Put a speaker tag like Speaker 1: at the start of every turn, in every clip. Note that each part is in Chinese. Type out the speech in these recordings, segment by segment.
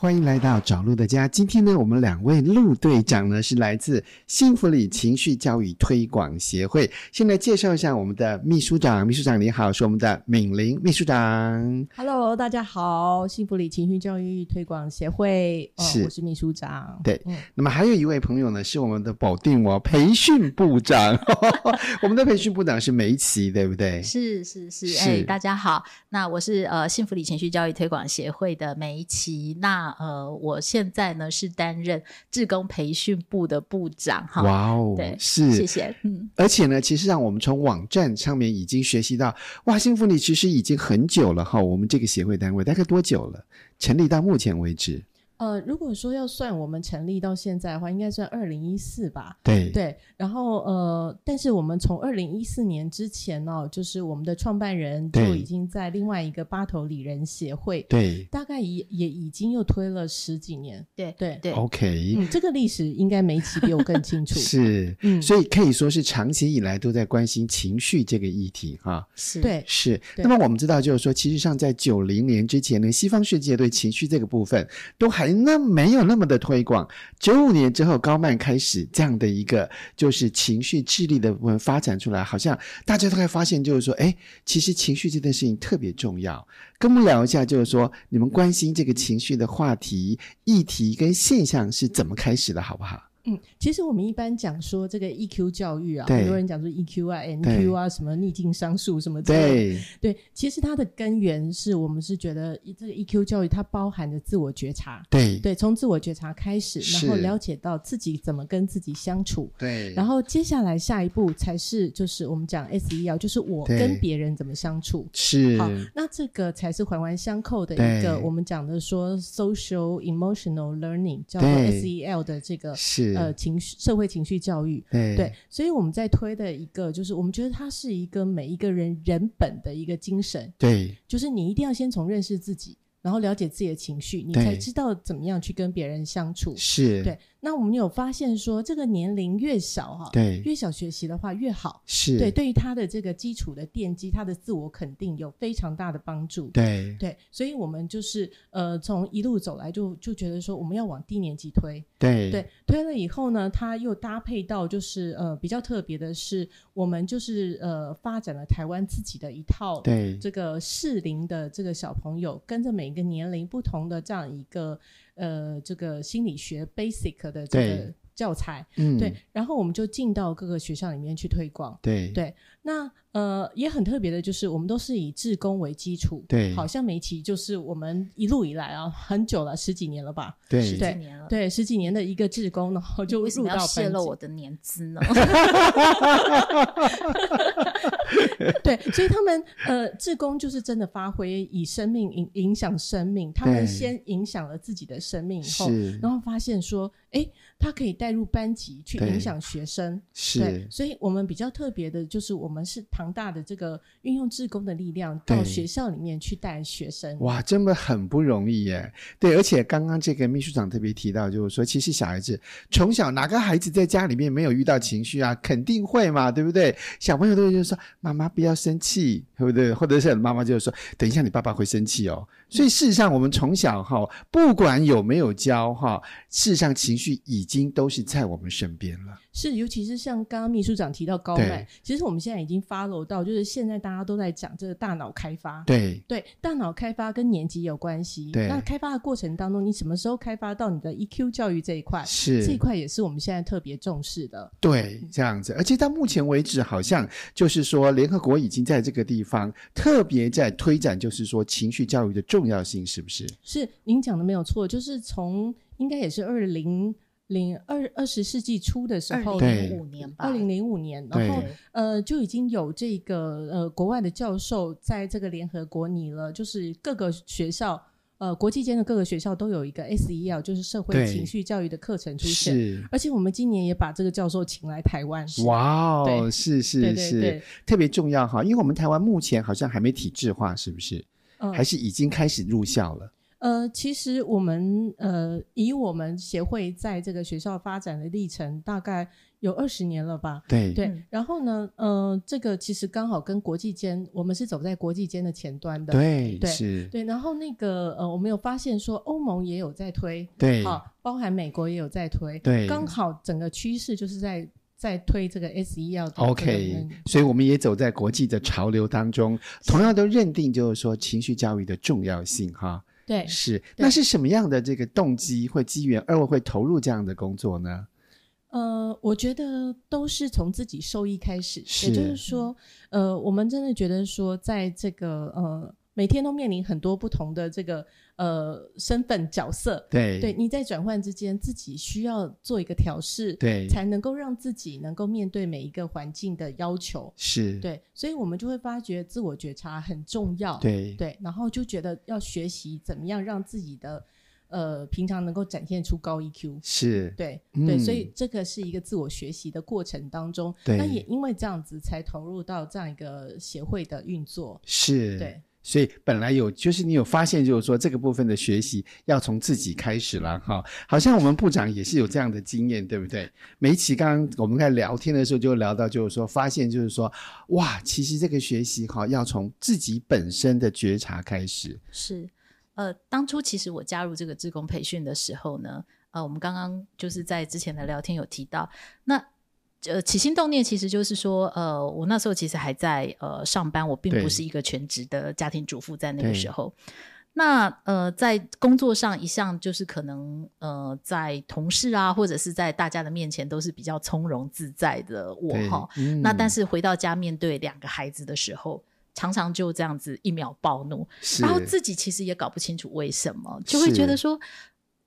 Speaker 1: 欢迎来到找路的家。今天呢，我们两位陆队长呢是来自幸福里情绪教育推广协会。先来介绍一下我们的秘书长，秘书长你好，是我们的敏玲秘书长。
Speaker 2: Hello，大家好，幸福里情绪教育推广协会，哦、
Speaker 1: 是
Speaker 2: 我是秘书长。
Speaker 1: 对
Speaker 2: 嗯
Speaker 1: 那么还有一位朋友呢，是我们的保定哦，培训部长。 我们的培训部长是梅琪，对不对？
Speaker 3: 是是是，
Speaker 1: 是
Speaker 3: 哎、大家好，那我是呃幸福里情绪教育推广协会的梅琪，那呃我现在呢是担任志工培训部的部长哈，
Speaker 1: 哇哦
Speaker 3: 对，
Speaker 1: 是
Speaker 3: 谢谢，嗯，
Speaker 1: 而且呢，其实让我们从网站上面已经学习到，哇，幸福里其实已经很久了哈。我们这个协会单位大概多久了？成立到目前为止，
Speaker 2: 呃，如果说要算我们成立到现在的话，应该算二零一四吧。
Speaker 1: 对
Speaker 2: 对，然后呃，但是我们从二零一四年之前哦，就是我们的创办人就
Speaker 1: 对
Speaker 2: 已经在另外一个八头里人协会，
Speaker 1: 对
Speaker 2: 大概也也已经又推了十几年。
Speaker 3: 对
Speaker 2: 对，
Speaker 3: 对
Speaker 1: o k
Speaker 2: 嗯，这个历史应该梅琪比我更清楚。
Speaker 1: 是，
Speaker 2: 嗯
Speaker 1: 所以可以说是长期以来都在关心情绪这个议题哈。
Speaker 3: 是，
Speaker 2: 对，
Speaker 1: 是，
Speaker 2: 对
Speaker 1: 那么我们知道，就是说，其实上在九零年之前呢，西方世界对情绪这个部分都还那没有那么的推广。九五年之后，高曼开始这样的一个就是情绪智力的部分发展出来，好像大家都会发现，就是说，哎，其实情绪这件事情特别重要。跟我们聊一下，就是说，你们关心这个情绪的话题、议题跟现象是怎么开始的，好不好？
Speaker 2: 嗯，其实我们一般讲说这个 EQ 教育啊，
Speaker 1: 对
Speaker 2: 很多人讲说 EQ 啊、
Speaker 1: 对
Speaker 2: NQ 啊，什么逆境商数什么之类的。
Speaker 1: 对，
Speaker 2: 对，其实它的根源是我们是觉得这个 EQ 教育它包含着自我觉察，
Speaker 1: 对，
Speaker 2: 对，从自我觉察开始，然后
Speaker 1: 是
Speaker 2: 了解到自己怎么跟自己相处。
Speaker 1: 对，
Speaker 2: 然后接下来下一步才是就是我们讲 S E L，就是我
Speaker 1: 对
Speaker 2: 跟别人怎么相处。
Speaker 1: 是
Speaker 2: 好，呃那这个才是环环相扣的
Speaker 1: 对
Speaker 2: 一个我们讲的说 social emotional learning 叫做
Speaker 1: 对
Speaker 2: SEL 的这个
Speaker 1: 是，
Speaker 2: 呃情绪社会情绪教育。
Speaker 1: 对
Speaker 2: 对，所以我们在推的一个就是我们觉得它是一个每一个人人本的一个精神，
Speaker 1: 对
Speaker 2: 就是你一定要先从认识自己，然后了解自己的情绪，你
Speaker 1: 对
Speaker 2: 才知道怎么样去跟别人相处。
Speaker 1: 是，
Speaker 2: 对，那我们有发现说，这个年龄越小哈、
Speaker 1: 对
Speaker 2: 越小学习的话越好。
Speaker 1: 是，
Speaker 2: 对，对于他的这个基础的奠基，他的自我肯定有非常大的帮助。
Speaker 1: 对
Speaker 2: 对，所以我们就是呃，从一路走来就就觉得说，我们要往低年级推。
Speaker 1: 对
Speaker 2: 对，推了以后呢，它又搭配到就是呃比较特别的是，我们就是呃发展了台湾自己的一套
Speaker 1: 对
Speaker 2: 这个适龄的这个小朋友，跟着每个年龄不同的这样一个呃这个心理学 basic 的这
Speaker 1: 对
Speaker 2: 个教材，
Speaker 1: 嗯
Speaker 2: 对，然后我们就进到各个学校里面去推广。
Speaker 1: 对
Speaker 2: 对那呃也很特别的就是，我们都是以志工为基础。
Speaker 1: 对
Speaker 2: 好像每期就是我们一路以来啊，很久了，十几年了吧？
Speaker 3: 十
Speaker 1: 对
Speaker 3: 几
Speaker 2: 对
Speaker 3: 年了，
Speaker 2: 对，十几年的一个志工，然后就
Speaker 3: 嗯为什
Speaker 2: 入
Speaker 3: 么要
Speaker 2: 到
Speaker 3: 泄
Speaker 2: 本
Speaker 3: 露
Speaker 2: 级
Speaker 3: 我的年资 呢？
Speaker 2: 对，所以他们呃，志工就是真的发挥以生命影影响生命，他们
Speaker 1: 对
Speaker 2: 先影响了自己的生命以后，
Speaker 1: 是
Speaker 2: 然后发现说，诶，他可以带入班级去
Speaker 1: 对
Speaker 2: 影响学生。对
Speaker 1: 是，
Speaker 2: 所以我们比较特别的就是，我们是唐大的这个运用志工的力量到
Speaker 1: 对
Speaker 2: 学校里面去带学生。
Speaker 1: 哇，真的很不容易耶。对，而且刚刚这个秘书长特别提到，就是说，其实小孩子从小哪个孩子在家里面没有遇到情绪啊？肯定会嘛，对不对？小朋友都会就说妈妈不要生气，对不对？或者是妈妈就说等一下你爸爸会生气哦。所以事实上，我们从小哈，不管有没有教哈，事实上情绪已经都是在我们身边了。
Speaker 2: 是，尤其是像刚刚秘书长提到高
Speaker 1: 对
Speaker 2: 曼，其实我们现在已经 follow 到，就是现在大家都在讲这个大脑开发。
Speaker 1: 对
Speaker 2: 对，大脑开发跟年级有关系。
Speaker 1: 对
Speaker 2: 那开发的过程当中，你什么时候开发到你的 EQ 教育这一块？
Speaker 1: 是
Speaker 2: 这一块也是我们现在特别重视的。
Speaker 1: 对，这样子，而且到目前为止，好像就是说，联合国已经在这个地方特别在推展，就是说情绪教育的重要性，是不是？
Speaker 2: 是您讲的没有错，就是从应该也是二零零二二十世纪初的时
Speaker 3: 二
Speaker 2: 候，
Speaker 3: 零
Speaker 1: 对
Speaker 3: 零五年吧，
Speaker 2: 二零零五年，
Speaker 1: 对
Speaker 2: 然后呃就已经有这个呃国外的教授在这个联合国拟了，就是各个学校。呃，国际间的各个学校都有一个 SEL，就是社会
Speaker 1: 对
Speaker 2: 情绪教育的课程出现。而且我们今年也把这个教授请来台湾。
Speaker 1: 哇哦，
Speaker 2: 对
Speaker 1: 是
Speaker 2: 对
Speaker 1: 是
Speaker 2: 对
Speaker 1: 是，
Speaker 2: 对，
Speaker 1: 特别重要哈，因为我们台湾目前好像还没体制化，是不是？
Speaker 2: 嗯
Speaker 1: 还是已经开始入校了？
Speaker 2: 呃，其实我们呃，以我们协会在这个学校发展的历程，大概有二十年了吧。
Speaker 1: 对
Speaker 2: 对
Speaker 3: 嗯，
Speaker 2: 然后呢，呃，这个其实刚好跟国际间，我们是走在国际间的前端的。
Speaker 1: 对
Speaker 2: 对
Speaker 1: 是，
Speaker 2: 对，然后那个呃，我们有发现说，欧盟也有在推，
Speaker 1: 对
Speaker 2: 好、包含美国也有在推，
Speaker 1: 对
Speaker 2: 刚好整个趋势就是在在推这个 SEL 的这个。
Speaker 1: OK，
Speaker 2: 嗯
Speaker 1: 所以我们也走在国际的潮流当中，同样都认定就是说情绪教育的重要性哈。
Speaker 2: 对，
Speaker 1: 是，那是什么样的这个动机或机缘，二位会投入这样的工作呢？
Speaker 2: 呃，我觉得都是从自己受益开始，
Speaker 1: 是
Speaker 2: 也就是说，呃，我们真的觉得说，在这个呃，每天都面临很多不同的这个呃身份角色，
Speaker 1: 对
Speaker 2: 对，你在转换之间，自己需要做一个调试，
Speaker 1: 对
Speaker 2: 才能够让自己能够面对每一个环境的要求，
Speaker 1: 是，
Speaker 2: 对，所以我们就会发觉自我觉察很重要，
Speaker 1: 对
Speaker 2: 对，然后就觉得要学习怎么样让自己的呃平常能够展现出高 E EQ，
Speaker 1: 是，
Speaker 2: 对对，所以
Speaker 1: 嗯
Speaker 2: 这个是一个自我学习的过程当中，
Speaker 1: 对
Speaker 2: 那也因为这样子才投入到这样一个协会的运作，
Speaker 1: 是，
Speaker 2: 对。
Speaker 1: 所以本来有，就是你有发现，就是说这个部分的学习要从自己开始了哈。好像我们部长也是有这样的经验，对不对？每一期刚刚我们在聊天的时候就聊到，就是说发现，就是说哇，其实这个学习哈要从自己本身的觉察开始。
Speaker 3: 是，呃，当初其实我加入这个志工培训的时候呢，呃，我们刚刚就是在之前的聊天有提到，那呃起心动念其实就是说，呃，我那时候其实还在呃上班，我并
Speaker 1: 对
Speaker 3: 不是一个全职的家庭主妇，在那个
Speaker 1: 对
Speaker 3: 时候。那呃，在工作上一向就是可能呃，在同事啊，或者是在大家的面前都是比较从容自在的我
Speaker 1: 对
Speaker 3: 哈。，
Speaker 1: 嗯
Speaker 3: 那但是回到家面对两个孩子的时候，常常就这样子一秒暴怒，
Speaker 1: 是
Speaker 3: 然后自己其实也搞不清楚为什么，就会觉得
Speaker 1: 是
Speaker 3: 说，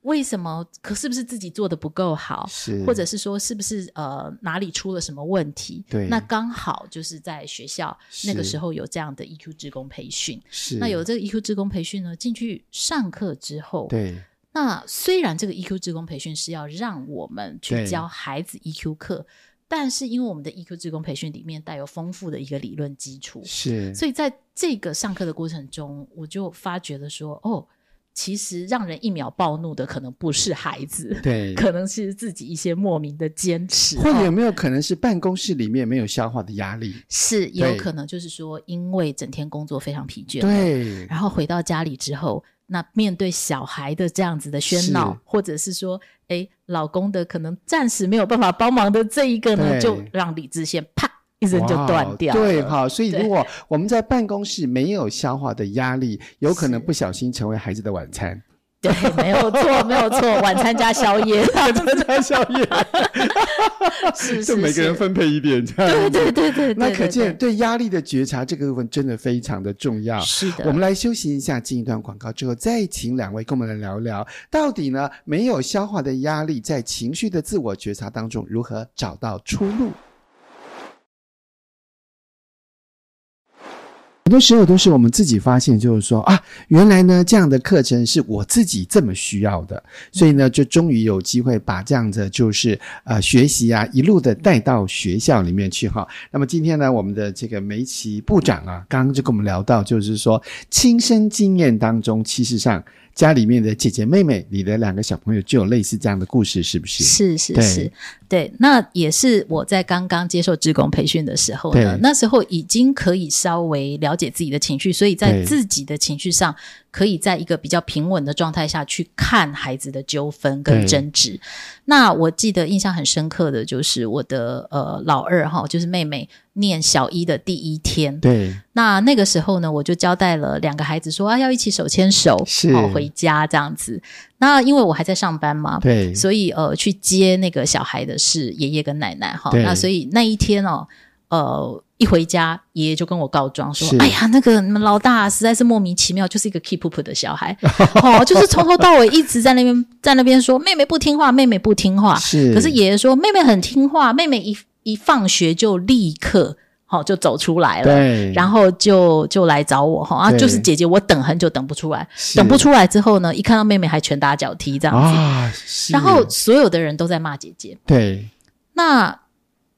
Speaker 3: 为什么可是不是自己做的不够好，
Speaker 1: 是
Speaker 3: 或者是说是不是呃哪里出了什么问题？
Speaker 1: 对
Speaker 3: 那刚好就是在学校那个
Speaker 1: 是
Speaker 3: 时候有这样的 EQ 职工培训。
Speaker 1: 是
Speaker 3: 那有这个 EQ 职工培训呢，进去上课之后，
Speaker 1: 对
Speaker 3: 那虽然这个 EQ 职工培训是要让我们
Speaker 1: 对
Speaker 3: 去教孩子 EQ 课，但是因为我们的 EQ 职工培训里面带有丰富的一个理论基础，
Speaker 1: 是
Speaker 3: 所以在这个上课的过程中，我就发觉的说，哦，其实让人一秒暴怒的可能不是孩子，
Speaker 1: 对。
Speaker 3: 可能是自己一些莫名的坚持，
Speaker 1: 或者有
Speaker 3: 哦
Speaker 1: 没有可能是办公室里面没有消化的压力？
Speaker 3: 是也有
Speaker 1: 对
Speaker 3: 可能就是说，因为整天工作非常疲倦，，
Speaker 1: 对，
Speaker 3: 然后回到家里之后。那面对小孩的这样子的喧闹
Speaker 1: 是，
Speaker 3: 或者是说，哎，老公的可能暂时没有办法帮忙的这一个
Speaker 1: 对
Speaker 3: 呢，就让理智线啪一声就
Speaker 1: 哇哦
Speaker 3: 断掉了。
Speaker 1: 对哈，所以
Speaker 3: 对
Speaker 1: 如果我们在办公室没有消化的压力，有可能
Speaker 3: 是
Speaker 1: 不小心成为孩子的晚 餐，
Speaker 3: 对，没有错，没有错，晚餐加宵 夜，
Speaker 1: 在宵夜
Speaker 3: 是
Speaker 1: 就是每个人
Speaker 3: 是，
Speaker 1: 分配一点这样。
Speaker 3: 对对对对，
Speaker 1: 那
Speaker 3: 对
Speaker 1: 可
Speaker 3: 对
Speaker 1: 见
Speaker 3: 对
Speaker 1: 对压力的觉察这个部分真的非常的重要。
Speaker 3: 是的，
Speaker 1: 我们来休息一下，进一段广告之后，再请两位跟我们来聊聊，到底呢没有消化的压力，在情绪的自我觉察当中，如何找到出路？很多时候都是我们自己发现，就是说啊，原来呢这样的课程是我自己这么需要的，所以呢就终于有机会把这样子就是呃学习啊一路的带到学校里面去哈。那么今天呢，我们的这个梅奇部长啊，刚刚就跟我们聊到，就是说亲身经验当中，其实上家里面的姐姐妹妹，你的两个小朋友就有类似这样的故事，是不是？
Speaker 3: 是是
Speaker 1: 对
Speaker 3: 是，对，那也是我在刚刚接受职工培训的时候呢
Speaker 1: 对，
Speaker 3: 那时候已经可以稍微了解自己的情绪，所以在
Speaker 1: 对
Speaker 3: 自己的情绪上，可以在一个比较平稳的状态下去看孩子的纠纷
Speaker 1: 对
Speaker 3: 跟争执。那我记得印象很深刻的就是我的呃老二哈，就是妹妹念小一的第一天，
Speaker 1: 对，
Speaker 3: 那那个时候呢，我就交代了两个孩子说啊，要一起手牵手，
Speaker 1: 是
Speaker 3: 好回家这样子。那因为我还在上班嘛，
Speaker 1: 对，
Speaker 3: 所以呃，去接那个小孩的是爷爷跟奶奶哈。
Speaker 1: 对
Speaker 3: 那所以那一天哦，呃，一回家，爷爷就跟我告状说
Speaker 1: 是：“
Speaker 3: 哎呀，那个你们老大实在是莫名其妙，就是一个 keep up 的小孩， 哦，就是从头到尾一直在那边 在那边说妹妹不听话，妹妹不听话。
Speaker 1: 是，
Speaker 3: 可是爷爷说妹妹很听话，妹妹一一放学就立刻好、哦、就走出来了。”
Speaker 1: 对，
Speaker 3: 然后就就来找我哈啊，
Speaker 1: 对
Speaker 3: 就是姐姐，我等很久等不出来，
Speaker 1: 是
Speaker 3: 等不出来之后呢，一看到妹妹还拳打脚踢这样子，
Speaker 1: 啊，是
Speaker 3: 然后所有的人都在骂姐姐。
Speaker 1: 对
Speaker 3: 那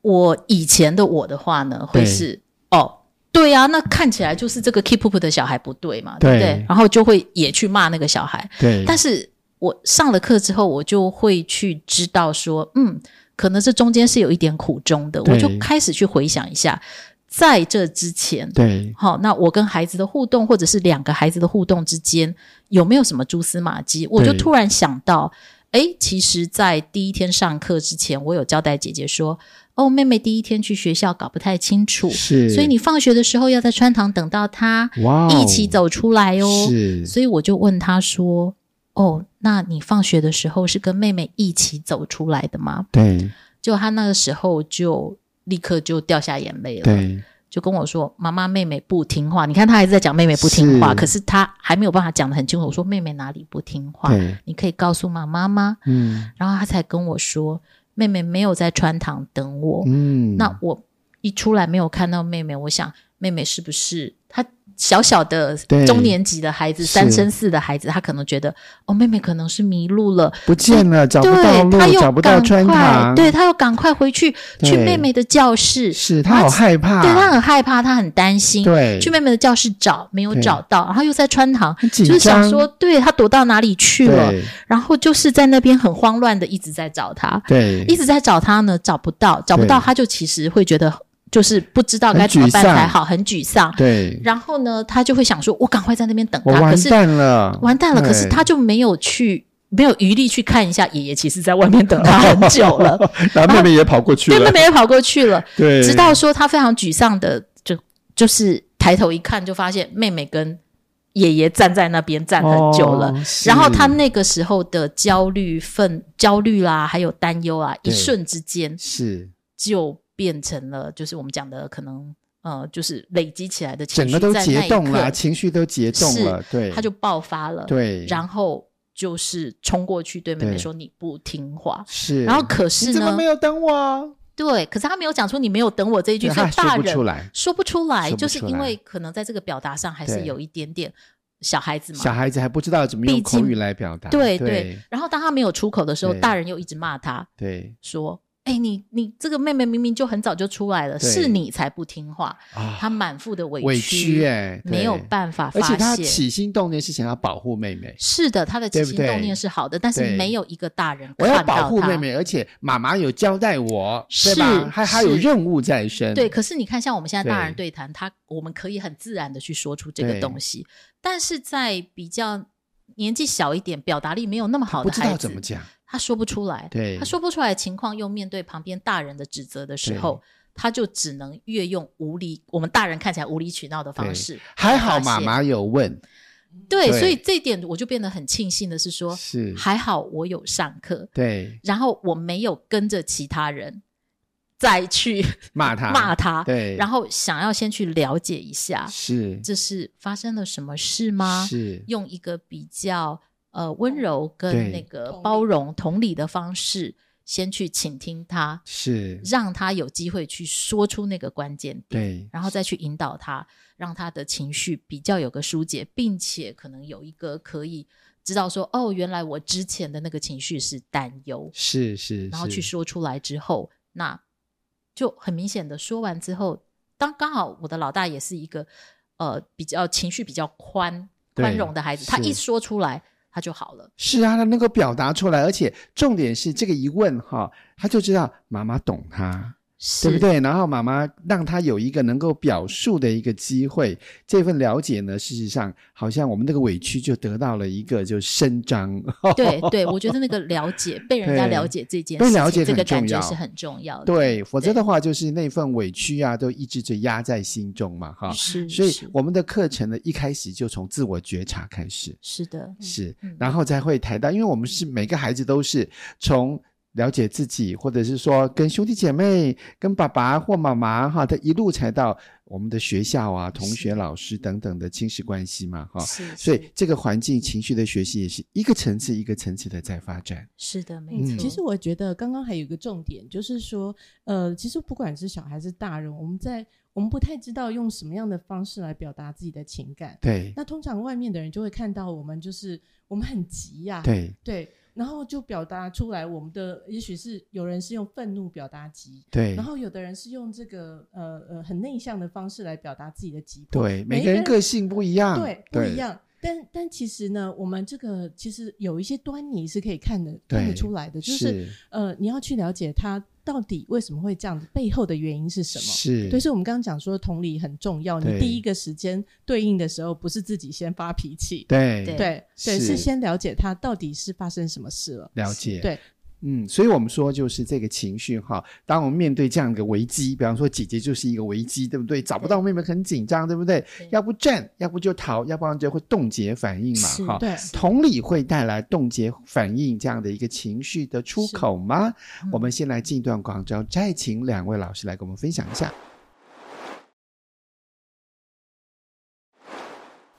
Speaker 3: 我以前的我的话呢，会
Speaker 1: 对
Speaker 3: 是哦，对啊，那看起来就是这个 Keep Up 的小孩不对嘛，对不
Speaker 1: 对
Speaker 3: 对？然后就会也去骂那个小孩。
Speaker 1: 对，
Speaker 3: 但是我上了课之后，我就会去知道说，嗯，可能这中间是有一点苦衷的，
Speaker 1: 对
Speaker 3: 我就开始去回想一下，在这之前。
Speaker 1: 对
Speaker 3: 好，那我跟孩子的互动，或者是两个孩子的互动之间，有没有什么蛛丝马迹？我就
Speaker 1: 对
Speaker 3: 突然想到，诶，其实，在第一天上课之前，我有交代姐姐说，哦，妹妹第一天去学校搞不太清楚，
Speaker 1: 是，
Speaker 3: 嗯所以你放学的时候要在穿堂等到她，
Speaker 1: 哇哦
Speaker 3: 一起走出来哦。
Speaker 1: 是
Speaker 3: 所以我就问他说：“哦，那你放学的时候是跟妹妹一起走出来的吗
Speaker 1: 对？”
Speaker 3: 就他那个时候就立刻就掉下眼泪了，
Speaker 1: 对
Speaker 3: 就跟我说：“妈妈，妹妹不听话。”你看他还是在讲妹妹不听话，
Speaker 1: 是
Speaker 3: 可是他还没有办法讲得很清楚。我说：“妹妹哪里不听话？
Speaker 1: 对，
Speaker 3: 你可以告诉妈妈吗
Speaker 1: 嗯？”
Speaker 3: 然后他才跟我说：“妹妹没有在穿堂等我。
Speaker 1: 嗯，
Speaker 3: 那我一出来没有看到妹妹，我想妹妹是不是她小小的
Speaker 1: 对
Speaker 3: 中年级的孩子，
Speaker 1: 是
Speaker 3: 三升四的孩子，她可能觉得哦，妹妹可能是迷路了，
Speaker 1: 不见了，找不到
Speaker 3: 对，她
Speaker 1: 路，
Speaker 3: 又
Speaker 1: 找不到
Speaker 3: 赶
Speaker 1: 穿
Speaker 3: 快，
Speaker 1: 堂，
Speaker 3: 对，她又赶快回去
Speaker 1: 对
Speaker 3: 去妹妹的教室，
Speaker 1: 是他好害怕，
Speaker 3: 对她很害怕，她很担心，
Speaker 1: 对，
Speaker 3: 去妹妹的教室找没有
Speaker 1: 对
Speaker 3: 找到，然后又在穿堂。
Speaker 1: 很紧
Speaker 3: 就是想
Speaker 1: 张
Speaker 3: 说，对她躲到哪里去了，
Speaker 1: 对
Speaker 3: 然后就是在那边很慌乱的一直在找她。
Speaker 1: 对，
Speaker 3: 一直在找他呢，找不到，找不到，他就其实会觉得就是不知道该怎么办
Speaker 1: 很沮丧
Speaker 3: 才好，很沮丧。
Speaker 1: 对，
Speaker 3: 然后呢，他就会想说，我赶快在那边等
Speaker 1: 我
Speaker 3: 他，可
Speaker 1: 完
Speaker 3: 是
Speaker 1: 蛋了，
Speaker 3: 完蛋了，
Speaker 1: 对
Speaker 3: 可是他就没有去，没有余力去看一下爷爷，其实在外面等 他很久了，，
Speaker 1: 然后妹
Speaker 3: 后
Speaker 1: 妹也跑过去
Speaker 3: 对，妹
Speaker 1: 了，
Speaker 3: 妹也跑过去了，
Speaker 1: 对，
Speaker 3: 直到说他非常沮丧的，就就是抬头一看，就发现妹妹跟爷爷站在那边站很久了。
Speaker 1: 哦，
Speaker 3: 然后他
Speaker 1: 是
Speaker 3: 那个时候的焦虑、愤、焦虑啦、还有担忧啊，一
Speaker 1: 对
Speaker 3: 瞬之间
Speaker 1: 是
Speaker 3: 就变成了，就是我们讲的可能呃，就是累积起来的情
Speaker 1: 整
Speaker 3: 绪，
Speaker 1: 个都结冻
Speaker 3: 在那
Speaker 1: 了，
Speaker 3: 一刻
Speaker 1: 情绪都结冻
Speaker 3: 是
Speaker 1: 了，对，
Speaker 3: 他就爆发了，，
Speaker 1: 对，
Speaker 3: 然后就是冲过去对妹妹
Speaker 1: 对
Speaker 3: 说你不听话，
Speaker 1: 是，
Speaker 3: 然后可
Speaker 1: 你
Speaker 3: 是
Speaker 1: 怎么
Speaker 3: 呢
Speaker 1: 没，有等我？啊
Speaker 3: 对，可是他没有讲出你没有等我这一句，
Speaker 1: 对
Speaker 3: 所
Speaker 1: 他
Speaker 3: 以
Speaker 1: 说
Speaker 3: 大
Speaker 1: 不出
Speaker 3: 人
Speaker 1: 来，
Speaker 3: 说不出来，
Speaker 1: 说不
Speaker 3: 就是
Speaker 1: 出
Speaker 3: 因
Speaker 1: 来
Speaker 3: 为可能在这个表达上还是
Speaker 1: 对
Speaker 3: 有一点点小孩子嘛，
Speaker 1: 小孩子还不知道怎么用
Speaker 3: 毕竟
Speaker 1: 口语来表达，
Speaker 3: 对
Speaker 1: 对
Speaker 3: 然后当他没有出口的时候，
Speaker 1: 对
Speaker 3: 大人又一直骂他
Speaker 1: 对
Speaker 3: 说。哎、你你这个妹妹明明就很早就出来了，
Speaker 1: 对
Speaker 3: 是你才不听话。
Speaker 1: 啊，
Speaker 3: 她满腹的委屈，
Speaker 1: 委屈哎，对
Speaker 3: 没有办法
Speaker 1: 而且
Speaker 3: 发
Speaker 1: 他
Speaker 3: 泄。
Speaker 1: 起心动念是想要保护妹妹，
Speaker 3: 是的，他的
Speaker 1: 对
Speaker 3: 起
Speaker 1: 不
Speaker 3: 心
Speaker 1: 对
Speaker 3: 动念是好的，但
Speaker 1: 对
Speaker 3: 是没有一个大人
Speaker 1: 我
Speaker 3: 看
Speaker 1: 要
Speaker 3: 到他。
Speaker 1: 保护妹妹，而且妈妈有交代我，对
Speaker 3: 是
Speaker 1: 吧？还还有
Speaker 3: 是
Speaker 1: 任务在身，
Speaker 3: 对，可是你看，像我们现在大人
Speaker 1: 对
Speaker 3: 对谈，他我们可以很自然的去说出这
Speaker 1: 对
Speaker 3: 个东西，但是在比较年纪小一点、表达力没有那么好
Speaker 1: 不
Speaker 3: 的
Speaker 1: 知
Speaker 3: 孩
Speaker 1: 道怎么
Speaker 3: 子，
Speaker 1: 讲，
Speaker 3: 他说不出来。
Speaker 1: 对
Speaker 3: 他说不出来的情况，又面对旁边大人的指责的时
Speaker 1: 对
Speaker 3: 候，他就只能越用无理，我们大人看起来无理取闹的
Speaker 1: 对
Speaker 3: 方式。
Speaker 1: 还好
Speaker 3: 发
Speaker 1: 妈
Speaker 3: 泄
Speaker 1: 妈有问，
Speaker 3: 对，
Speaker 1: 对
Speaker 3: 所以这一点我就变得很庆幸的是说，
Speaker 1: 是，
Speaker 3: 还好我有上课，
Speaker 1: 对，
Speaker 3: 然后我没有跟着其他人再去
Speaker 1: 骂他，
Speaker 3: 骂他，
Speaker 1: 啊对，
Speaker 3: 然后想要先去了解一下，
Speaker 1: 是
Speaker 3: 这是发生了什么事吗？
Speaker 1: 是，
Speaker 3: 用一个比较呃温柔
Speaker 1: 对
Speaker 3: 跟那个
Speaker 2: 同理
Speaker 3: 包容、同理的方式，先去倾听他，
Speaker 1: 是，
Speaker 3: 让他有机会去说出那个关键点。
Speaker 1: 对，
Speaker 3: 然后再去引导他，让他的情绪比较有个疏解，并且可能有一个可以知道说，哦，原来我之前的那个情绪是担忧，
Speaker 1: 是是，
Speaker 3: 然后
Speaker 1: 是
Speaker 3: 去，说出来之后，那就很明显的说完之后，当刚好我的老大也是一个呃比较情绪比较宽
Speaker 1: 对
Speaker 3: 宽容的孩子，他
Speaker 1: 是
Speaker 3: 一说出来他就好了，
Speaker 1: 是啊，他能够表达出来，而且重点是这个一问哈，他就知道妈妈懂他，
Speaker 3: 是
Speaker 1: 对不？对？然后妈妈让他有一个能够表述的一个机会，这份了解呢，事实上好像我们那个委屈就得到了一个就伸张，
Speaker 3: 对对，我觉得那个了解被人家
Speaker 1: 对
Speaker 3: 了解这件
Speaker 1: 被
Speaker 3: 事
Speaker 1: 了
Speaker 3: 情，
Speaker 1: 解
Speaker 3: 这
Speaker 1: 很
Speaker 3: 个感
Speaker 1: 重
Speaker 3: 觉
Speaker 1: 要
Speaker 3: 是很重要的。
Speaker 1: 对，否则的话就是那份委屈啊，都一直就压在心中嘛，哈。
Speaker 3: 是，
Speaker 1: 所以
Speaker 3: 是
Speaker 1: 我们的课程呢，一开始就从自我觉察开始，
Speaker 3: 是的，
Speaker 1: 是
Speaker 3: 嗯，
Speaker 1: 然后才会谈到，因为我们是每个孩子都是从了解自己，或者是说跟兄弟姐妹、跟爸爸或妈妈哈，他一路才到我们的学校啊、同学、老师等等的亲子关系嘛哈。
Speaker 3: 是，
Speaker 1: 所以
Speaker 3: 是
Speaker 1: 这个环境情绪的学习也是一个层次一个层次的在发展，
Speaker 3: 是的，没
Speaker 2: 嗯，
Speaker 3: 错。
Speaker 2: 其实我觉得刚刚还有一个重点，就是说，呃，其实不管是小孩是大人，我们在我们不太知道用什么样的方式来表达自己的情感。
Speaker 1: 对
Speaker 2: 那通常外面的人就会看到我们，就是我们很急呀、
Speaker 1: 对
Speaker 2: 对然后就表达出来我们的，也许是有人是用愤怒表达急，
Speaker 1: 对
Speaker 2: 然后有的人是用这个呃呃很内向的方式来表达自己的急迫，
Speaker 1: 对，每
Speaker 2: 每
Speaker 1: 个
Speaker 2: 个
Speaker 1: 人
Speaker 2: 人
Speaker 1: 个性不一样，
Speaker 2: 对，不一。样。但但其实呢，我们这个其实有一些端倪是可以看得看得
Speaker 1: 对
Speaker 2: 出来的，就是
Speaker 1: 是
Speaker 2: 呃，你要去了解他到底为什么会这样子，背后的原因是什么。
Speaker 1: 是，
Speaker 2: 对，所以我们刚刚讲说同理很重要，
Speaker 1: 对
Speaker 2: 你第一个时间对应的时候，不是自己先发脾气，
Speaker 1: 对
Speaker 3: 对
Speaker 2: 对对，
Speaker 1: 是
Speaker 2: 是先了解他到底是发生什么事了。
Speaker 1: 了解，
Speaker 2: 对，
Speaker 1: 嗯，所以我们说就是这个情绪哈，当我们面对这样一个危机，比方说姐姐就是一个危机，对不对？找不到妹妹很紧张，对不对？
Speaker 3: 对
Speaker 1: 要不战，要不就逃，要不然就会冻结反应嘛，
Speaker 3: 是
Speaker 1: 哈。
Speaker 2: 对
Speaker 1: 同理会带来冻结反应这样的一个情绪的出口吗？我们先来进一段广告，再请两位老师来给我们分享一下。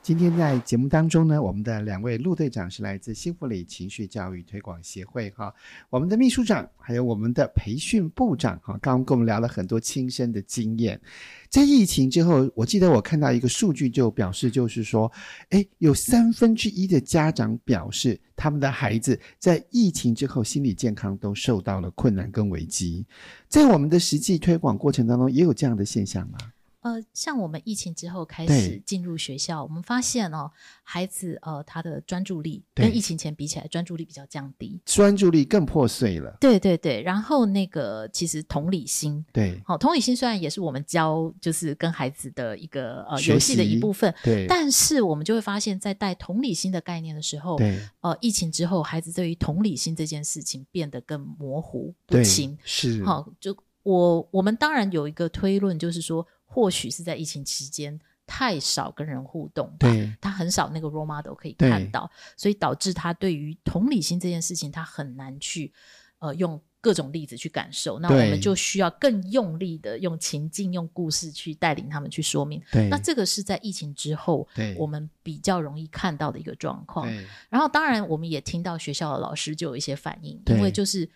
Speaker 1: 今天在节目当中呢，我们的两位陆队长是来自幸福里情绪教育推广协会哈，我们的秘书长还有我们的培训部长哈，刚刚跟我们聊了很多亲身的经验。在疫情之后，我记得我看到一个数据就表示，就是说，诶，有三分之一的家长表示，他们的孩子在疫情之后心理健康都受到了困难跟危机。在我们的实际推广过程当中，也有这样的现象吗？
Speaker 3: 呃，像我们疫情之后开
Speaker 1: 对
Speaker 3: 始进入学校，我们发现哦，孩子呃他的专注力
Speaker 1: 对
Speaker 3: 跟疫情前比起来，专注力比较降低。
Speaker 1: 专注力更破碎了。
Speaker 3: 对对对，然后那个其实同理心，
Speaker 1: 对
Speaker 3: 好、同理心虽然也是我们教就是跟孩子的一个呃
Speaker 1: 学
Speaker 3: 游戏的
Speaker 1: 习
Speaker 3: 一部分，
Speaker 1: 对
Speaker 3: 但是我们就会发现，在带同理心的概念的时候，
Speaker 1: 对
Speaker 3: 呃，疫情之后，孩子对于同理心这件事情变得更模糊不
Speaker 1: 对，
Speaker 3: 清。
Speaker 1: 是
Speaker 3: 好、就我我们当然有一个推论，就是说，或许是在疫情期间太少跟人互动吧，
Speaker 1: 对
Speaker 3: 他很少那个 role model 可以
Speaker 1: 对
Speaker 3: 看到，所以导致他对于同理心这件事情，他很难去呃用。各种例子去感受，那我
Speaker 1: 对
Speaker 3: 们就需要更用力的用情境、用故事去带领他们去说明。
Speaker 1: 对，
Speaker 3: 那这个是在疫情之后
Speaker 1: 对
Speaker 3: 我们比较容易看到的一个状况。
Speaker 1: 对
Speaker 3: 然后，当然我们也听到学校的老师就有一些反应，
Speaker 1: 对
Speaker 3: 因为就是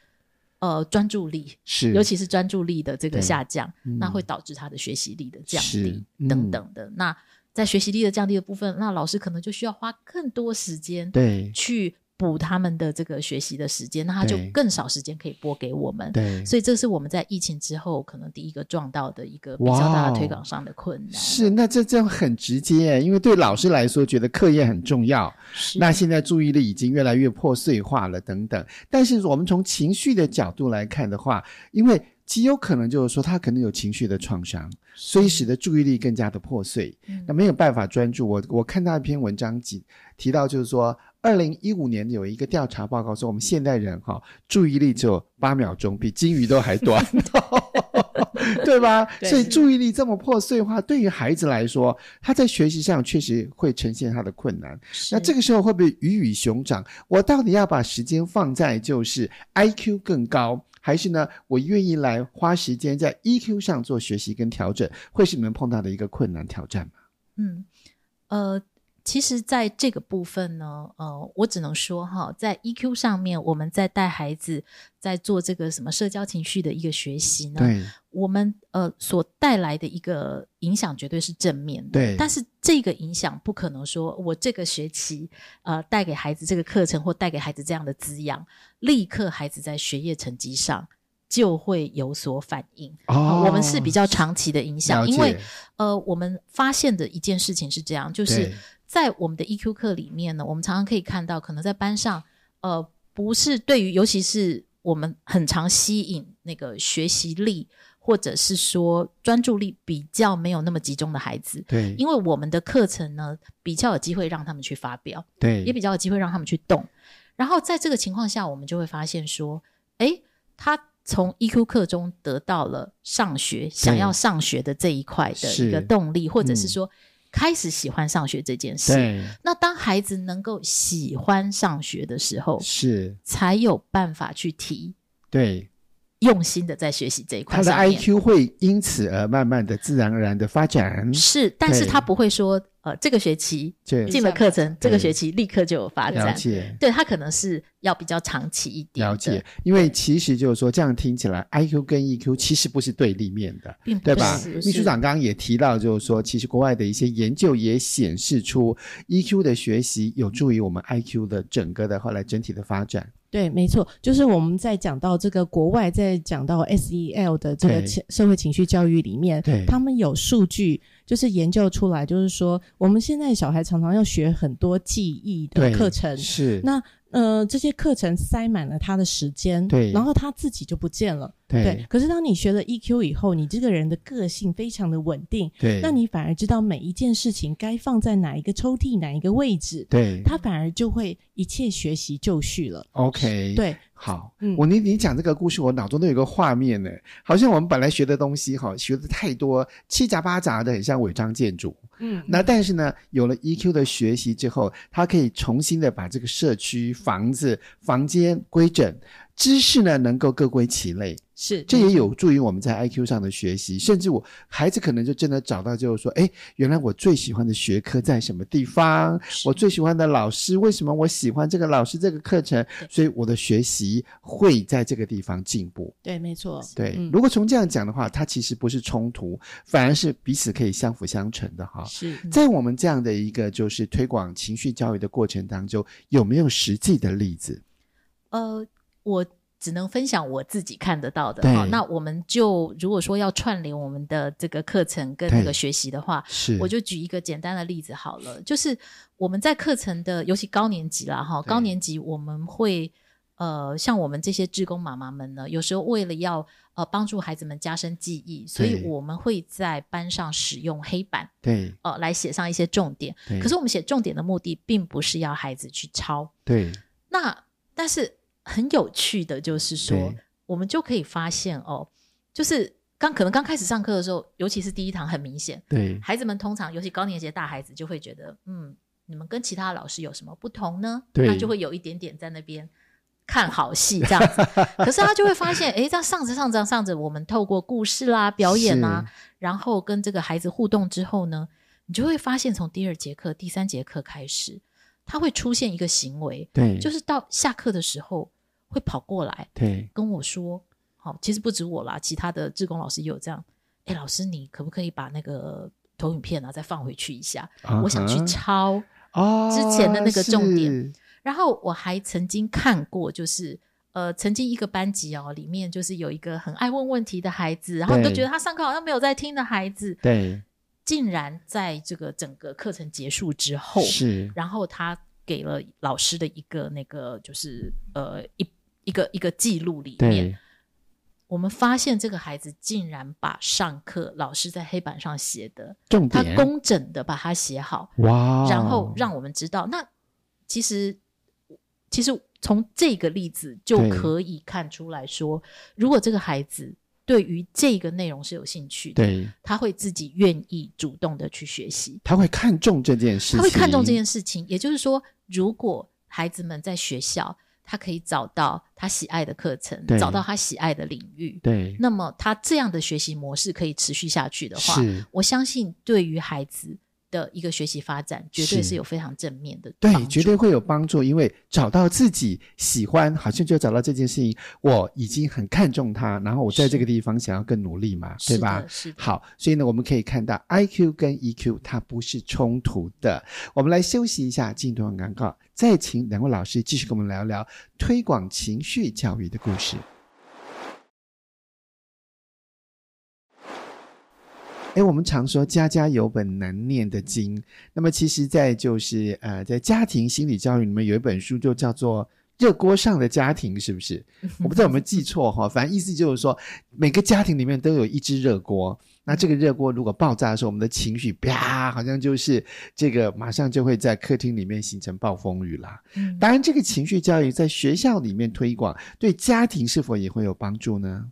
Speaker 3: 呃专注力，
Speaker 1: 是，
Speaker 3: 尤其是专注力的这个
Speaker 1: 对
Speaker 3: 下降，
Speaker 1: 嗯
Speaker 3: 那会导致他的学习力的降
Speaker 1: 是
Speaker 3: 低、
Speaker 1: 嗯
Speaker 3: 等等的。那在学习力的降低的部分，那老师可能就需要花更多时间
Speaker 1: 对
Speaker 3: 去补他们的这个学习的时间，那他就
Speaker 1: 对
Speaker 3: 更少时间可以拨给我们。
Speaker 1: 对
Speaker 3: 所以这是我们在疫情之后可能第一个撞到的一个比
Speaker 1: 哇
Speaker 3: 较
Speaker 1: 哦
Speaker 3: 大的推广上的困难。
Speaker 1: 是，那这这样很直接，因为对老师来说，觉得课业很重要，
Speaker 3: 是
Speaker 1: 那现在注意力已经越来越破碎化了，等等。但是我们从情绪的角度来看的话，因为极有可能就是说他可能有情绪的创伤，所以使得注意力更加的破碎，
Speaker 3: 嗯
Speaker 1: 那没有办法专注。我我看到一篇文章提提到，就是说。二零一五年有一个调查报告说，我们现代人哈、注意力只有八秒钟，比金鱼都还短，对吧？
Speaker 2: 对
Speaker 1: 所以注意力这么破碎化，对于孩子来说，他在学习上确实会呈现他的困难。那这
Speaker 3: 个
Speaker 1: 个时候会不会鱼与熊掌？我到底要把时间放在就是 I Q 更高，还是呢，我愿意来花时间在 E Q 上做学习跟调整，会是你们碰到的一个困难挑战吗？
Speaker 3: 嗯呃，其实在这个部分呢，呃，我只能说哈，在 EQ 上面，我们在带孩子在做这个什么社交情绪的一个学习呢，
Speaker 1: 对
Speaker 3: 我们呃所带来的一个影响绝对是正面的，
Speaker 1: 对
Speaker 3: 但是这个影响不可能说我这个学期呃带给孩子这个课程或带给孩子这样的滋养，立刻孩子在学业成绩上就会有所反应。
Speaker 1: 哦，
Speaker 3: 呃我们是比较长期的影
Speaker 1: 了
Speaker 3: 响，
Speaker 1: 解
Speaker 3: 因为呃，我们发现的一件事情是这样，就是
Speaker 1: 对
Speaker 3: 在我们的 EQ 课里面呢，我们常常可以看到，可能在班上，呃，不是对于，尤其是我们很常吸引那个学习力或者是说专注力比较没有那么集中的孩子，
Speaker 1: 对，
Speaker 3: 因为我们的课程呢比较有机会让他们去发表，
Speaker 1: 对
Speaker 3: 也比较有机会让他们去动。然后在这个情况下，我们就会发现说，诶，他从 EQ 课中得到了上学想要上学的这一块的
Speaker 1: 是
Speaker 3: 一个动力，或者
Speaker 1: 嗯
Speaker 3: 是说开始喜欢上学这件事。
Speaker 1: 对
Speaker 3: 那当孩子能够喜欢上学的时候，
Speaker 1: 是，
Speaker 3: 才有办法去提
Speaker 1: 对
Speaker 3: 用心的在学习这一块
Speaker 1: 他的
Speaker 3: 上面。
Speaker 1: I Q 会因此而慢慢的自然而然的发展，
Speaker 3: 是，但是
Speaker 1: 对
Speaker 3: 他不会说呃这个学期
Speaker 1: 对
Speaker 3: 进了课程，这个
Speaker 1: 对
Speaker 3: 学期立刻就有发
Speaker 1: 了
Speaker 3: 展。
Speaker 1: 解。
Speaker 3: 对他可能是要比较长期一点的，
Speaker 1: 了解，因为其实就是说，这样听起来，IQ 跟 EQ 其实不是对立面的，
Speaker 3: 并不
Speaker 1: 对
Speaker 3: 是
Speaker 1: 吧
Speaker 3: 不？
Speaker 1: 秘
Speaker 3: 是
Speaker 1: 书长刚刚也提到，就是说，其实国外的一些研究也显示出，EQ 的学习有助于我们 IQ 的整个的后来整体的发展。
Speaker 2: 对，没错，就是我们在讲到这个国外，在讲到 SEL 的这个
Speaker 1: 对
Speaker 2: 情社会情绪教育里面，
Speaker 1: 对
Speaker 2: 他们有数据，就是研究出来，就是说我们现在小孩常常要学很多记忆的
Speaker 1: 对，
Speaker 2: 课程，
Speaker 1: 是，
Speaker 2: 那呃这些课程塞满了他的时间，
Speaker 1: 对
Speaker 2: 然后他自己就不见了，
Speaker 1: 对
Speaker 2: 可是当你学了 EQ 以后，你这个人的个性非常的稳定，
Speaker 1: 对，
Speaker 2: 那你反而知道每一件事情该放在哪一个抽屉、哪一个位置，
Speaker 1: 对
Speaker 2: 他反而就会一切学习就绪了。
Speaker 1: OK，，
Speaker 2: 对，
Speaker 1: 好，
Speaker 2: 嗯
Speaker 1: 我你你讲这个故事，我脑中都有个画面呢，好像我们本来学的东西哈，学的太多，七杂八杂的，很像违章建筑。
Speaker 2: 嗯
Speaker 1: 那但是呢，有了 EQ 的学习之后，他可以重新的把这个社区、房子、房间规整，知识呢能够各归其类，
Speaker 2: 是，
Speaker 1: 这
Speaker 2: 没
Speaker 1: 也
Speaker 2: 错
Speaker 1: 有助于我们在 IQ 上的学习，甚至我孩子可能就真的找到，就是说，哎，原来我最喜欢的学科在什么地方，我最喜欢的老师，为什么我喜欢这个老师这个课程，所以我的学习会在这个地方进步。
Speaker 2: 对，没错，
Speaker 1: 对，
Speaker 2: 嗯
Speaker 1: 如果从这样讲的话，它其实不是冲突，反而是彼此可以相辅相成的哈。
Speaker 2: 是。
Speaker 1: 在我啊们这样的一个就是推广情绪教育的过程当中，有没有实际的例子？
Speaker 3: 呃，我只能分享我自己看得到的
Speaker 1: 对
Speaker 3: 哈、那我们就如果说要串联我们的这个课程跟
Speaker 1: 对
Speaker 3: 那个学习的话，
Speaker 1: 是，
Speaker 3: 我就举一个简单的例子好了，就是我们在课程的，尤其高年级啦哈，
Speaker 1: 对
Speaker 3: 高年级我们会。呃，像我们这些志工妈妈们呢，有时候为了要呃帮助孩子们加深记忆，所以
Speaker 1: 对
Speaker 3: 我们会在班上使用黑板
Speaker 1: 对
Speaker 3: 呃来写上一些重点。
Speaker 1: 对，
Speaker 3: 可是我们写重点的目的，并不是要孩子去抄，
Speaker 1: 对
Speaker 3: 那但是很有趣的就是说
Speaker 1: 对，
Speaker 3: 我们就可以发现哦，就是刚可能刚开始上课的时候，尤其是第一堂很明显，
Speaker 1: 对
Speaker 3: 孩子们通常尤其高年级的大孩子就会觉得，嗯，你们跟其他老师有什么不同呢？
Speaker 1: 对
Speaker 3: 那就会有一点点在那边。看好戏这样子，可是他就会发现，诶，这样上着上着上着，我们透过故事啦、表演啊啦、然后跟这个孩子互动之后呢，你就会发现，从第二节课、第三节课开始，他会出现一个行为，
Speaker 1: 对，
Speaker 3: 就是到下课的时候会跑过来
Speaker 1: 对
Speaker 3: 跟我说，好、其实不止我啦，其他的志工老师也有这样，哎，老师你可不可以把那个投影片啊再放回去一下？我想去
Speaker 1: 嗯哼
Speaker 3: 抄。
Speaker 1: 哦
Speaker 3: 之前的那个重点
Speaker 1: 是
Speaker 3: 然后我还曾经看过，就是呃，曾经一个班级哦，里面就是有一个很爱问问题的孩子，然后你
Speaker 1: 对
Speaker 3: 都觉得他上课好像没有在听的孩子，
Speaker 1: 对
Speaker 3: 竟然在这个整个课程结束之后，
Speaker 1: 是
Speaker 3: 然后他给了老师的一个那个就是呃一一个一个记录里面，
Speaker 1: 对
Speaker 3: 我们发现这个孩子竟然把上课老师在黑板上写的，
Speaker 1: 重
Speaker 3: 他
Speaker 1: 点
Speaker 3: 工整的把它写好，
Speaker 1: 哇哦，
Speaker 3: 然后让我们知道。那其实其实从这个例子就
Speaker 1: 对
Speaker 3: 可以看出来说，如果这个孩子对于这个内容是有兴趣的，
Speaker 1: 对
Speaker 3: 他会自己愿意主动的去学习。
Speaker 1: 他会看重这件事情，
Speaker 3: 他会看重这件事情。也就是说，如果孩子们在学校，他可以找到他喜爱的课程
Speaker 1: 对，
Speaker 3: 找到他喜爱的领域，
Speaker 1: 对
Speaker 3: 那么他这样的学习模式可以持续下去的话，
Speaker 1: 是。
Speaker 3: 我相信对于孩子的一个学习发展，绝对
Speaker 1: 是
Speaker 3: 是有非常正面的
Speaker 1: 对，
Speaker 3: 帮
Speaker 1: 绝
Speaker 3: 助
Speaker 1: 对会有帮助，因为找到自己喜欢，好像就找到这件事情，我已经很看重它，然后我在
Speaker 3: 是
Speaker 1: 这个地方想要更努力嘛，对
Speaker 3: 是
Speaker 1: 吧
Speaker 3: 的，？是的，
Speaker 1: 好，所以呢，我们可以看到 I Q 跟 E Q 它不是冲突的。我们来休息一下，进一段广告，再请两位老师继续跟我们聊聊推广情绪教育的故事。哎，我们常说家家有本难念的经，那么其实，在就是呃，在家庭心理教育里面有一本书就叫做《热锅上的家庭》，是不是？我不知道有没有记错哈，反正意思就是说，每个家庭里面都有一只热锅。那这个热锅如果爆炸的时候，我们的情绪啪，好像就是这个马上就会在客厅里面形成暴风雨啦。
Speaker 3: 嗯
Speaker 1: 当然，这个情绪教育在学校里面推广，对家庭是否也会有帮助呢？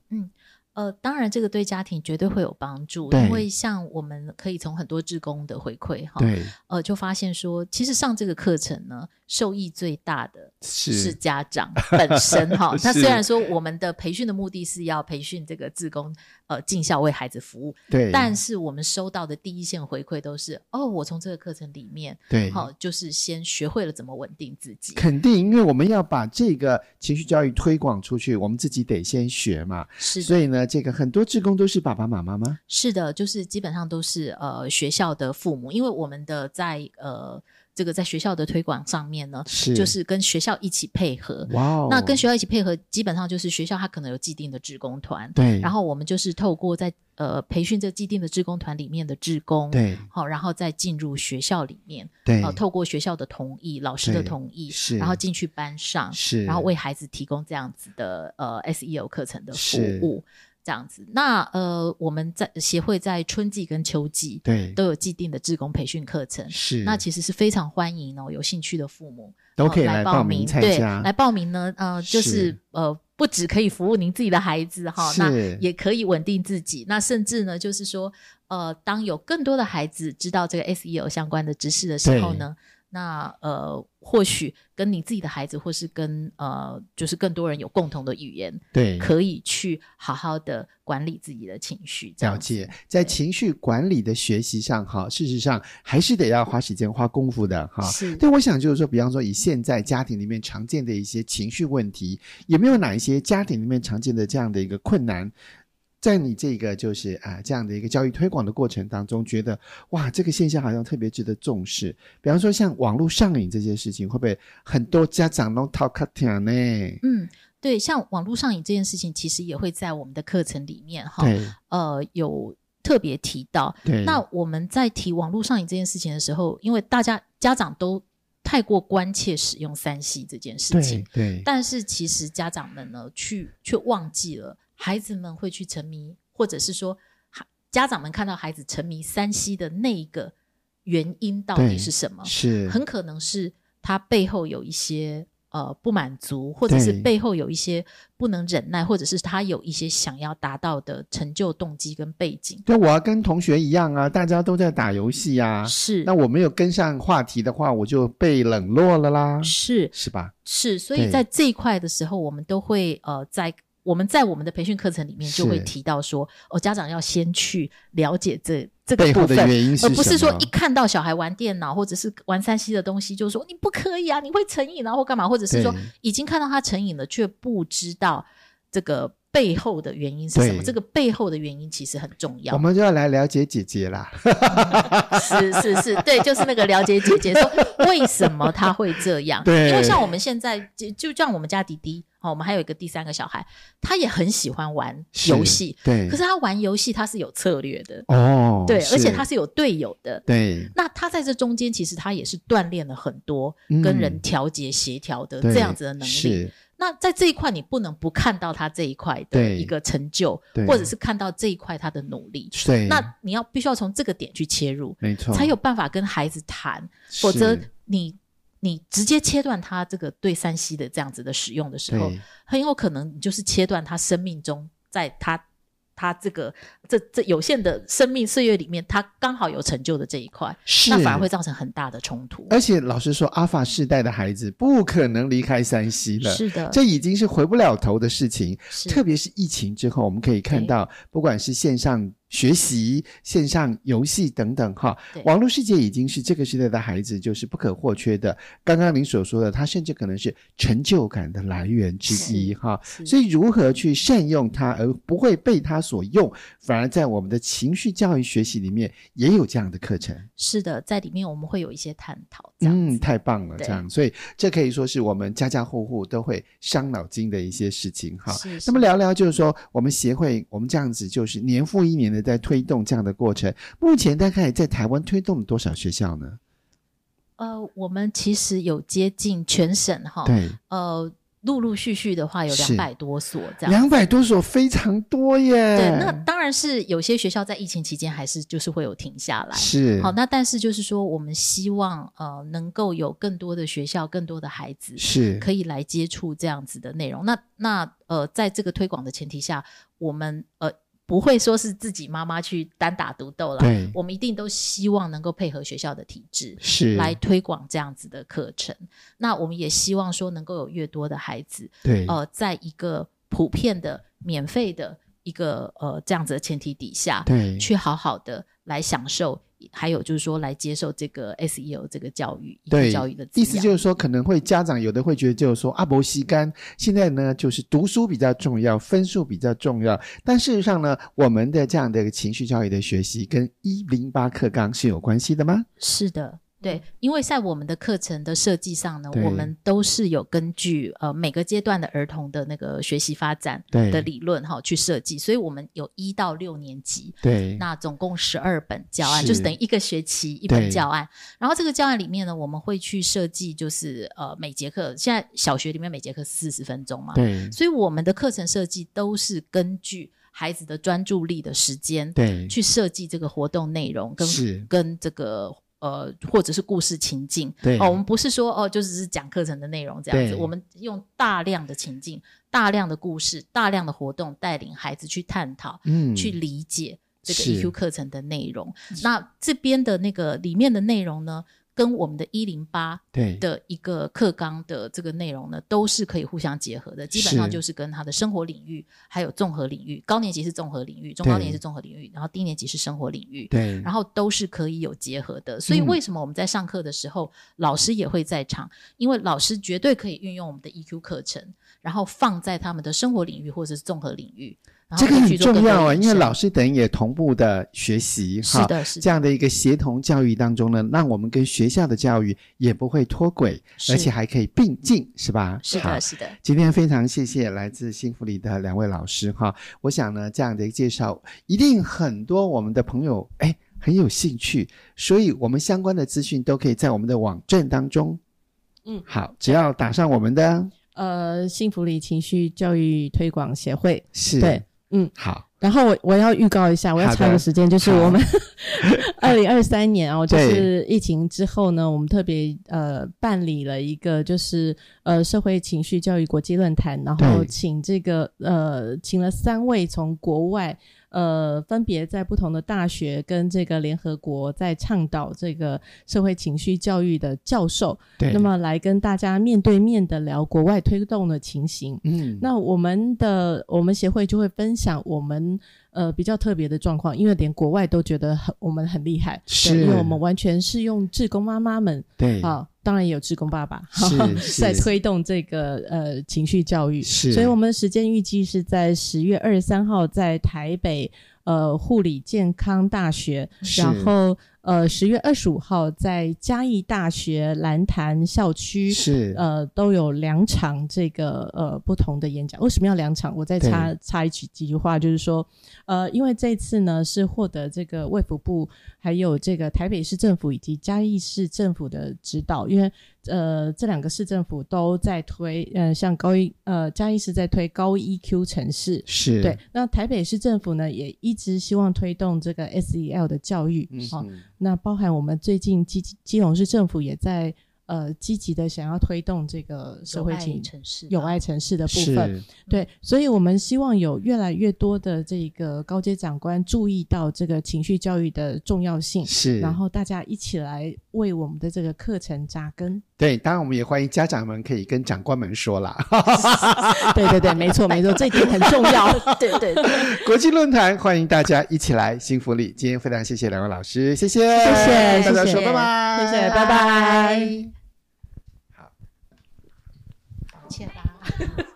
Speaker 3: 呃，当然这个对家庭绝对会有帮助，
Speaker 1: 对
Speaker 3: 因为像我们可以从很多志工的回馈哈，
Speaker 1: 对
Speaker 3: 呃，就发现说，其实上这个课程呢，受益最大的
Speaker 1: 是
Speaker 3: 是家长本身 哈。那
Speaker 1: 是
Speaker 3: 虽然说我们的培训的目的是要培训这个志工呃尽孝为孩子服务，
Speaker 1: 对，
Speaker 3: 但是我们收到的第一线回馈都是哦，我从这个课程里面
Speaker 1: 对，
Speaker 3: 好、就是先学会了怎么稳定自己。
Speaker 1: 肯定，因为我们要把这个情绪教育推广出去，我们自己得先学嘛。
Speaker 3: 是的
Speaker 1: 所以呢，这个很多志工都是爸爸妈妈吗？
Speaker 3: 是的，就是基本上都是呃学校的父母，因为我们的在呃这个在学校的推广上面呢，
Speaker 1: 是，
Speaker 3: 就是跟学校一起配合。
Speaker 1: 哇哦，
Speaker 3: 那跟学校一起配合，基本上就是学校它可能有既定的志工团，
Speaker 1: 对，
Speaker 3: 然后我们就是透过在呃培训这既定的志工团里面的志工，
Speaker 1: 对
Speaker 3: 好、然后再进入学校里面，
Speaker 1: 对
Speaker 3: 呃，透过学校的同意、老师的
Speaker 1: 对
Speaker 3: 同意，
Speaker 1: 是
Speaker 3: 然后进去班上，
Speaker 1: 是，
Speaker 3: 然后为孩子提供这样子的呃 SEL 课程的服
Speaker 1: 是
Speaker 3: 务，这样子。那呃，我们在协会在春季跟秋季
Speaker 1: 对
Speaker 3: 都有既定的志工培训课程，
Speaker 1: 是，
Speaker 3: 那其实是非常欢迎哦，有兴趣的父母
Speaker 1: 都
Speaker 3: 哦
Speaker 1: 可以
Speaker 3: 来
Speaker 1: 来报名
Speaker 3: 名，
Speaker 1: 参
Speaker 3: 对，
Speaker 1: 加
Speaker 3: 来报名呢，呃，就是
Speaker 1: 是
Speaker 3: 呃。不只可以服务您自己的孩子哈，那
Speaker 1: 是
Speaker 3: 也可以稳定自己。那甚至呢，就是说，呃，当有更多的孩子知道这个 SEL 相关的知识的时候
Speaker 1: 对
Speaker 3: 呢，那呃，或许跟你自己的孩子，或是跟呃，就是更多人有共同的语言，
Speaker 1: 对。
Speaker 3: 可以去好好的管理自己的情绪。这样
Speaker 1: 了
Speaker 3: 子
Speaker 1: 解，在
Speaker 3: 对
Speaker 1: 情绪管理的学习上，哈，事实上还是得要花时间、花功夫的，哈。
Speaker 3: 是
Speaker 1: 对，我想就是说，比方说以现在家庭里面常见的一些情绪问题，有没有哪一些家庭里面常见的这样的一个困难？在你这个就是啊、这样的一个教育推广的过程当中，觉得哇这个现象好像特别值得重视。比方说像网络上瘾这些事情，会不会很多家长都讨卡听呢？
Speaker 3: 嗯，对，像网络上瘾这件事情，其实也会在我们的课程里面哈，
Speaker 1: 对
Speaker 3: 呃，有特别提到。
Speaker 1: 对，
Speaker 3: 那我们在提网络上瘾这件事情的时候，因为大家家长都太过关切使用三 C 这件事
Speaker 1: 对
Speaker 3: 情，
Speaker 1: 对
Speaker 3: 但是其实家长们呢，去却忘记了孩子们会去沉迷，或者是说，孩家长们看到孩子沉迷三 C 的那一个原因到
Speaker 1: 对
Speaker 3: 底是什么？
Speaker 1: 是
Speaker 3: 呃很可能是他背后有一些呃不满足，或者是
Speaker 1: 对
Speaker 3: 背后有一些不能忍耐，或者是他有一些想要达到的成就动机跟背景。
Speaker 1: 对，我要跟同学一样啊，大家都在打游戏啊。
Speaker 3: 是
Speaker 1: 那我没有跟上话题的话，我就被冷落了啦，
Speaker 3: 是
Speaker 1: 是吧？
Speaker 3: 是，所
Speaker 1: 对
Speaker 3: 以在这一块的时候，我们都会呃在。我们在我们的培训课程里面就会
Speaker 1: 是
Speaker 3: 提到说，哦，家长要先去了解这这个
Speaker 1: 背
Speaker 3: 部
Speaker 1: 后的
Speaker 3: 分，
Speaker 1: 原因是
Speaker 3: 而不是
Speaker 1: 什
Speaker 3: 说
Speaker 1: 么
Speaker 3: 一看到小孩玩电脑或者是玩三 C 的东西，就说你不可以啊，你会成瘾啊，或干嘛，或者是说
Speaker 1: 对
Speaker 3: 已经看到他成瘾了，却不知道这个背后的原因是什么。
Speaker 1: 对
Speaker 3: 这个背后的原因其实很重
Speaker 1: 我
Speaker 3: 要。
Speaker 1: 们就要来了解姐姐啦。
Speaker 3: 是是是，对，就是那个了解姐姐 说为什么他会这样。
Speaker 1: 对
Speaker 3: 因为像我们现在就就像我们家迪迪哦，我们还有一个第三个小孩，他也很喜欢玩
Speaker 1: 是
Speaker 3: 游戏，
Speaker 1: 对，
Speaker 3: 可是他玩游戏他是有策略的，
Speaker 1: 哦，
Speaker 3: 对，而且
Speaker 1: 是
Speaker 3: 他是有队友的。
Speaker 1: 对
Speaker 3: 那他在这中间，其实他也是锻炼了很多
Speaker 1: 嗯
Speaker 3: 跟人调节、协调的
Speaker 1: 对
Speaker 3: 这样子的能力。
Speaker 1: 是
Speaker 3: 那在这一块，你不能不看到他这一块的
Speaker 1: 对
Speaker 3: 一个成就
Speaker 1: 对，
Speaker 3: 或者是看到这一块他的努力。
Speaker 1: 对，
Speaker 3: 那你要必须要从这个点去切入，
Speaker 1: 没错，
Speaker 3: 才有办法跟孩子谈，否则
Speaker 1: 嗯是
Speaker 3: 你。你直接切断他这个对山西的这样子的使用的时候
Speaker 1: 对，
Speaker 3: 很有可能你就是切断他生命中，在他他这个这这有限的生命岁月里面，他刚好有成就的这一块，
Speaker 1: 是哎
Speaker 3: 那反而会。造成很大的冲突。
Speaker 1: 而且老实说，阿法世代的孩子不可能离开山西了，
Speaker 3: 是的，
Speaker 1: 这已经是回不了头的事情。
Speaker 3: 是
Speaker 1: 特别是疫情之后，我们可以看到，不管是线上学习、线上游戏等等，哈
Speaker 3: 对，
Speaker 1: 网络世界已经是这个时代的孩子就是不可或缺的。刚刚您所说的，它甚至可能是成就感的来源之一，哈。
Speaker 3: 是嗯
Speaker 1: 所以，如何去善用它，而不会被它所用，反而在我们的情绪教育学习里面也有这样的课程。
Speaker 3: 是的，在里面我们会有一些探讨，这样
Speaker 1: 嗯，
Speaker 3: 子、
Speaker 1: 太棒了，这
Speaker 3: 对
Speaker 1: 样，所以这可以说是我们家家户户都会伤脑筋的一些事情哈。
Speaker 3: 是是
Speaker 1: 那么聊聊，就是说我们协会，我们这样子就是年复一年的在推动这样的过程。目前大概在台湾推动了多少学校呢？
Speaker 3: 呃，我们其实有接近全省哈，
Speaker 1: 对，
Speaker 3: 呃，陆陆续续的话有
Speaker 1: 是
Speaker 3: 两百多所这样。
Speaker 1: 两百多所，非常多耶。
Speaker 3: 对，那当然是有些学校在疫情期间还是就是会有停下来。
Speaker 1: 是
Speaker 3: 好，那但是就是说，我们希望呃能够有更多的学校、更多的孩子
Speaker 1: 是
Speaker 3: 可以来接触这样子的内容。那那呃，在这个推广的前提下，我们呃不会说是自己妈妈去单打独斗了，
Speaker 1: 对，
Speaker 3: 我们一定都希望能够配合学校的体制。
Speaker 1: 是
Speaker 3: 来推广这样子的课程，那我们也希望说能够有越多的孩子，
Speaker 1: 对，
Speaker 3: 呃，在一个普遍的、免费的一个呃这样子的前提底下，
Speaker 1: 对，
Speaker 3: 去好好的来享受，还有就是说来接受这个 SEO 这个教育，一
Speaker 1: 对
Speaker 3: 个教育的滋
Speaker 1: 意
Speaker 3: 养
Speaker 1: 思就是说，可能会家长有的会觉得就是说，阿伯西干现在呢就是读书比较重要，分数比较重要。但事实上呢，我们的这样的一个情绪教育的学习跟一零八课纲是有关系的吗？
Speaker 3: 是的。对，因为在我们的课程的设计上呢
Speaker 1: 嗯对，
Speaker 3: 我们都是有根据呃每个阶段的儿童的那个学习发展
Speaker 1: 对
Speaker 3: 的理论哈去设计，所以我们有一到六年级，
Speaker 1: 对，
Speaker 3: 那总共十二本教
Speaker 1: 嗯
Speaker 3: 案，
Speaker 1: 是
Speaker 3: 就是等于一个学期一
Speaker 1: 对
Speaker 3: 本教案。然后这个教案里面呢，我们会去设计，就是呃每节课，现在小学里面每节课四十分钟嘛，
Speaker 1: 对
Speaker 3: 所以我们的课程设计都是根据孩子的专注力的时间
Speaker 1: 对，
Speaker 3: 去设计这个活动内容跟
Speaker 1: 是
Speaker 3: 跟这个。呃，或者是故事情境，
Speaker 1: 对
Speaker 3: 哦，我们不是说哦，就只是讲课程的内容这样子，
Speaker 1: 对
Speaker 3: 我们用大量的情境、大量的故事、大量的活动，带领孩子去探讨
Speaker 1: 嗯，
Speaker 3: 去理解这个
Speaker 1: 是
Speaker 3: EQ 课程的内容。那这边的那个里面的内容呢，跟我们的一零八
Speaker 1: 对
Speaker 3: 的一个课纲的这个内容呢，都是可以互相结合的。基本上
Speaker 1: 是
Speaker 3: 就是跟他的生活领域，还有综合领域，高年级是综合领域，中高
Speaker 1: 对
Speaker 3: 年级是综合领域，然后低年级是生活领域。
Speaker 1: 对，
Speaker 3: 然后都是可以有结合的，所以
Speaker 1: 嗯
Speaker 3: 为什么我们在上课的时候，老师也会在场？因为老师绝对可以运用我们的 EQ 课程，然后放在他们的生活领域或者是综合领域，然后
Speaker 1: 这个
Speaker 3: 再
Speaker 1: 很
Speaker 3: 去做
Speaker 1: 重
Speaker 3: 更多的
Speaker 1: 要啊，
Speaker 3: 延
Speaker 1: 因为
Speaker 3: 伸
Speaker 1: 老师等于也同步的学习哈
Speaker 3: 是。的，是
Speaker 1: 这
Speaker 3: 的，
Speaker 1: 样的一个协同教育当中呢，让我们跟学校的教育也不会脱轨，
Speaker 3: 是
Speaker 1: 而且还可以并进，是吧？
Speaker 3: 是
Speaker 1: 好
Speaker 3: 的，是的，
Speaker 1: 今天非常谢谢来自幸福里的两位老师哈，我想呢这样的一个介绍，一定很多我们的朋友哎很有兴趣，所以我们相关的资讯都可以在我们的网站当中。
Speaker 2: 嗯
Speaker 1: 好，只要打上我们的
Speaker 2: 呃，幸福里情绪教育推广协会。
Speaker 1: 是，
Speaker 2: 对，嗯，
Speaker 1: 好，
Speaker 2: 然后我我要预告一下，我要
Speaker 1: 好的
Speaker 2: 插个时间，就是
Speaker 1: 好
Speaker 2: 我们二零二三年哦，就
Speaker 1: 对
Speaker 2: 是疫情之后呢，我们特别呃办理了一个就是呃社会情绪教育国际论坛，然后
Speaker 1: 对
Speaker 2: 请这个呃请了三位从国外呃分别在不同的大学跟这个联合国在倡导这个社会情绪教育的教授，
Speaker 1: 对，
Speaker 2: 那么来跟大家面对面的聊国外推动的情形。
Speaker 1: 嗯，
Speaker 2: 那我们的我们协会就会分享我们呃比较特别的状况，因为连国外都觉得很我们很厉害，对
Speaker 1: 是
Speaker 2: 因为我们完全是用志工妈妈们
Speaker 1: 对，
Speaker 2: 啊，当然也有志工爸爸
Speaker 1: 是
Speaker 2: 在
Speaker 1: 是
Speaker 2: 推动这个呃情绪教育，
Speaker 1: 是
Speaker 2: 所以我们时间预计是在十月二十三号在台北呃护理健康大学，
Speaker 1: 是
Speaker 2: 然后呃十月二十五号在嘉义大学蓝潭校区
Speaker 1: 是
Speaker 2: 呃，都有两场这个呃不同的演讲。为什么要两场？我再插插一句几句话，就是说，呃，因为这次呢是获得这个卫福部还有这个台北市政府以及嘉义市政府的指导，因为呃这两个市政府都在推，呃像高一呃嘉义市在推高 EQ 城市。
Speaker 1: 是，
Speaker 2: 对，那台北市政府呢，也一直希望推动这个 SEL 的教育，
Speaker 1: 嗯
Speaker 2: 哦，
Speaker 1: 嗯
Speaker 2: 那包含我们最近基基隆市政府也在呃积极的想要推动这个社会情
Speaker 3: 城市
Speaker 2: 有爱城市的部分，
Speaker 1: 是
Speaker 2: 对，所以我们希望有越来越多的这个高阶长官注意到这个情绪教育的重要性，
Speaker 1: 是，
Speaker 2: 然后大家一起来为我们的这个课程扎根。
Speaker 1: 对，当然我们也欢迎家长们可以跟长官们说啦。
Speaker 2: 对对对，没错没错，这一点很重 要。
Speaker 3: 对对对。
Speaker 1: 国际论坛，欢迎大家一起来幸福里。今天非常谢谢两位老师，谢谢，谢
Speaker 2: 谢
Speaker 1: 大家
Speaker 2: 谢
Speaker 1: 说
Speaker 2: 谢
Speaker 1: 拜拜，
Speaker 2: 谢谢拜拜
Speaker 1: 拜
Speaker 3: 抱歉啦。